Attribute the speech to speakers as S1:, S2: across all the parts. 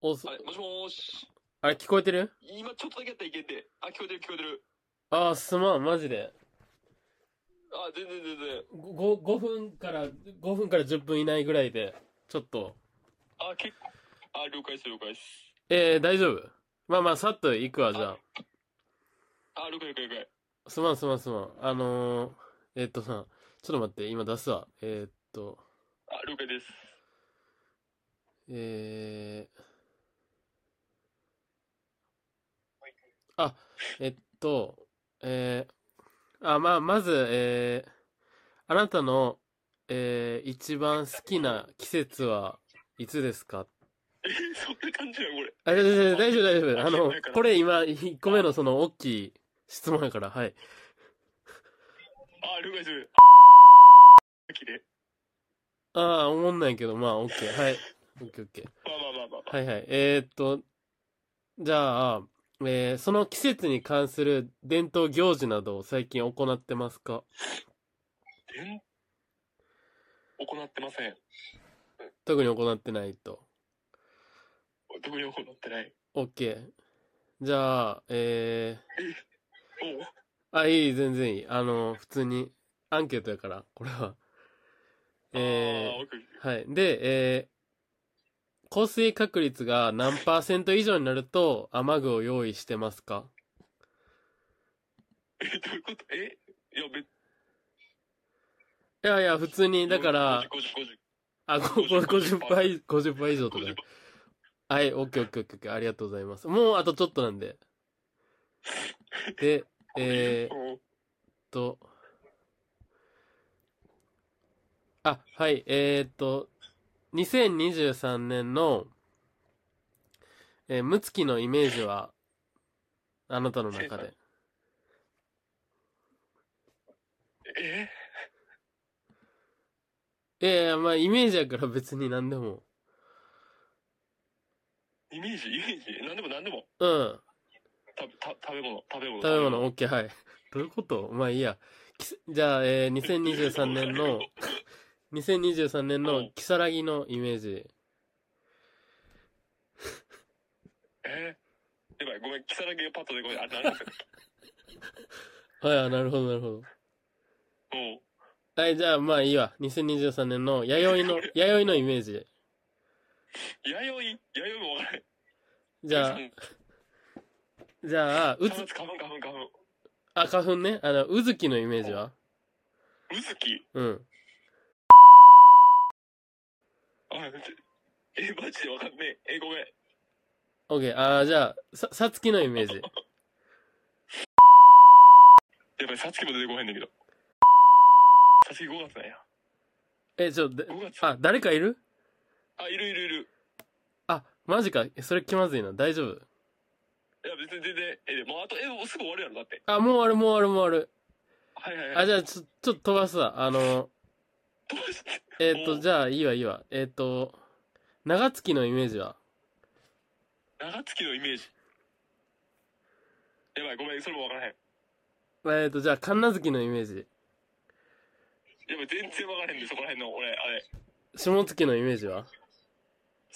S1: おそ
S2: あれ、もしもーし。
S1: あれ聞こえてる
S2: 今ちょっとだけやったらいけて。あ、聞こえてる聞こえてる。
S1: ああ、すまん、マジで。
S2: あ、全然全然。
S1: 5, 5分から、5分から10分以内ぐらいで、ちょっと。
S2: あ、結構。あ、了解です了解です。
S1: えー、大丈夫まあまあ、さっと行くわ、じゃ
S2: あ、了解了解了解。
S1: あ。すまん、すまん、すまん。あのー、えっとさ、ちょっと待って、今出すわ。えーっと、
S2: あ、了解です。
S1: えー、あ、えっと、えー、あ、まあ、まず、えー、あなたの、えー、一番好きな季節はいつですか
S2: え、そんな感じなのこれ。
S1: あ、大丈夫、大丈夫、大丈夫。あの
S2: あ、
S1: これ今、1個目のその、大きい質問やから、はい。
S2: あ、了解です。綺麗。
S1: ああ、思んないけど、まあ、オッケー、はい。オッケー、オッケー。
S2: まあまあまあまあまあ。
S1: はいはい。えーっと、じゃあ、えーその季節に関する伝統行事などを最近行ってますか
S2: 全行ってません。
S1: 特に行ってないと。
S2: 特に行ってない。
S1: OK。じゃあ、え
S2: おう
S1: ー、あ、いい、全然いい。あの、普通に、アンケートやから、これは。え
S2: あーオッケーオッ
S1: ー、
S2: ケ
S1: はい。で、えー、降水確率が何パーセント以上になると雨具を用意してますか
S2: ーえ、どういうことえいや、別
S1: いやいや、普通に、
S2: に
S1: だから、
S2: 50、50、
S1: あ、ごご50倍、50倍以上とか
S2: 50。。
S1: はい、オッケーオッケーオッケーオッケー、ありがとうございます。もうあとちょっとなんで。で、えーっ
S2: うん
S1: と。あ、はい、えーっと、2023年の、えー、ムツキのイメージは、あなたの中で。
S2: え
S1: いやいや、まあ、イメージやから別に何でも。
S2: イメージイメージ何でも何でも。
S1: うん。
S2: たた食べ物、食べ物。
S1: 食べ物、オッケー、はい。どういうことまあいいや。きすじゃあ、えー、2023年の、2023年
S2: う
S1: の
S2: ん
S1: キサラギのイメージ。
S2: えー、やばい、ごめん、キサラゲパッとでごめん、あ、何ですか
S1: はい、あなるほど、なるほど。
S2: うん。
S1: はい、じゃあ、まあいいわ。2023年の、弥生の、弥生のイメージ。
S2: 弥生弥生もわからない。
S1: じゃ
S2: うん
S1: あ、じゃあ、うつ、
S2: 花粉、花粉、花粉。
S1: あ、花粉ね。あの、うずきのイメージは
S2: うずき
S1: うん。
S2: あ、ちえ、マジでわかんねえ。え、ごめん。
S1: オッケー、あーじゃあ、さ、さつきのイメージ。
S2: やばい、さつきも出てこへんねんけど。さつき5月なんや。
S1: え、ちょ、で、
S2: 5月。
S1: あ、誰かいる
S2: あ、いるいるいる。
S1: あ、マジか。えそれ気まずいな。大丈夫。
S2: いや、別に全然、え、でもあと、え、もうすぐ終わるやろ、だって。
S1: あ、もうある、もう終わる、もうある。
S2: はいはいはい。
S1: あ、じゃあ、ちょ、ちょっと飛ばすわ。あの、
S2: どうして
S1: えーっ
S2: お
S1: と、
S2: う
S1: じゃあ、いいわ、いいわ。えーっと、長月のイメージは
S2: 長月のイメージ。やばい、ごめん、それもわからへん。
S1: えーっと、じゃあ、神奈月のイメージ。
S2: やばい、全然わからへんで、そこらへんの、俺、あれ。
S1: 下月のイメージは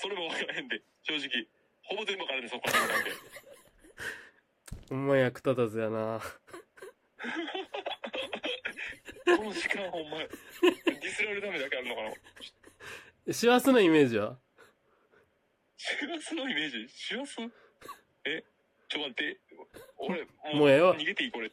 S2: それもわからへんで、正直。ほぼ全部わからへんで、そこらへんのなんて。
S1: お前役立たずやな。
S2: この時間、ほんま、ディスられるためだけあるのかな。
S1: 師走のイメージは
S2: 師走のイメージ師走えちょっと待って。俺、
S1: もうええわ
S2: 逃げていいこれ。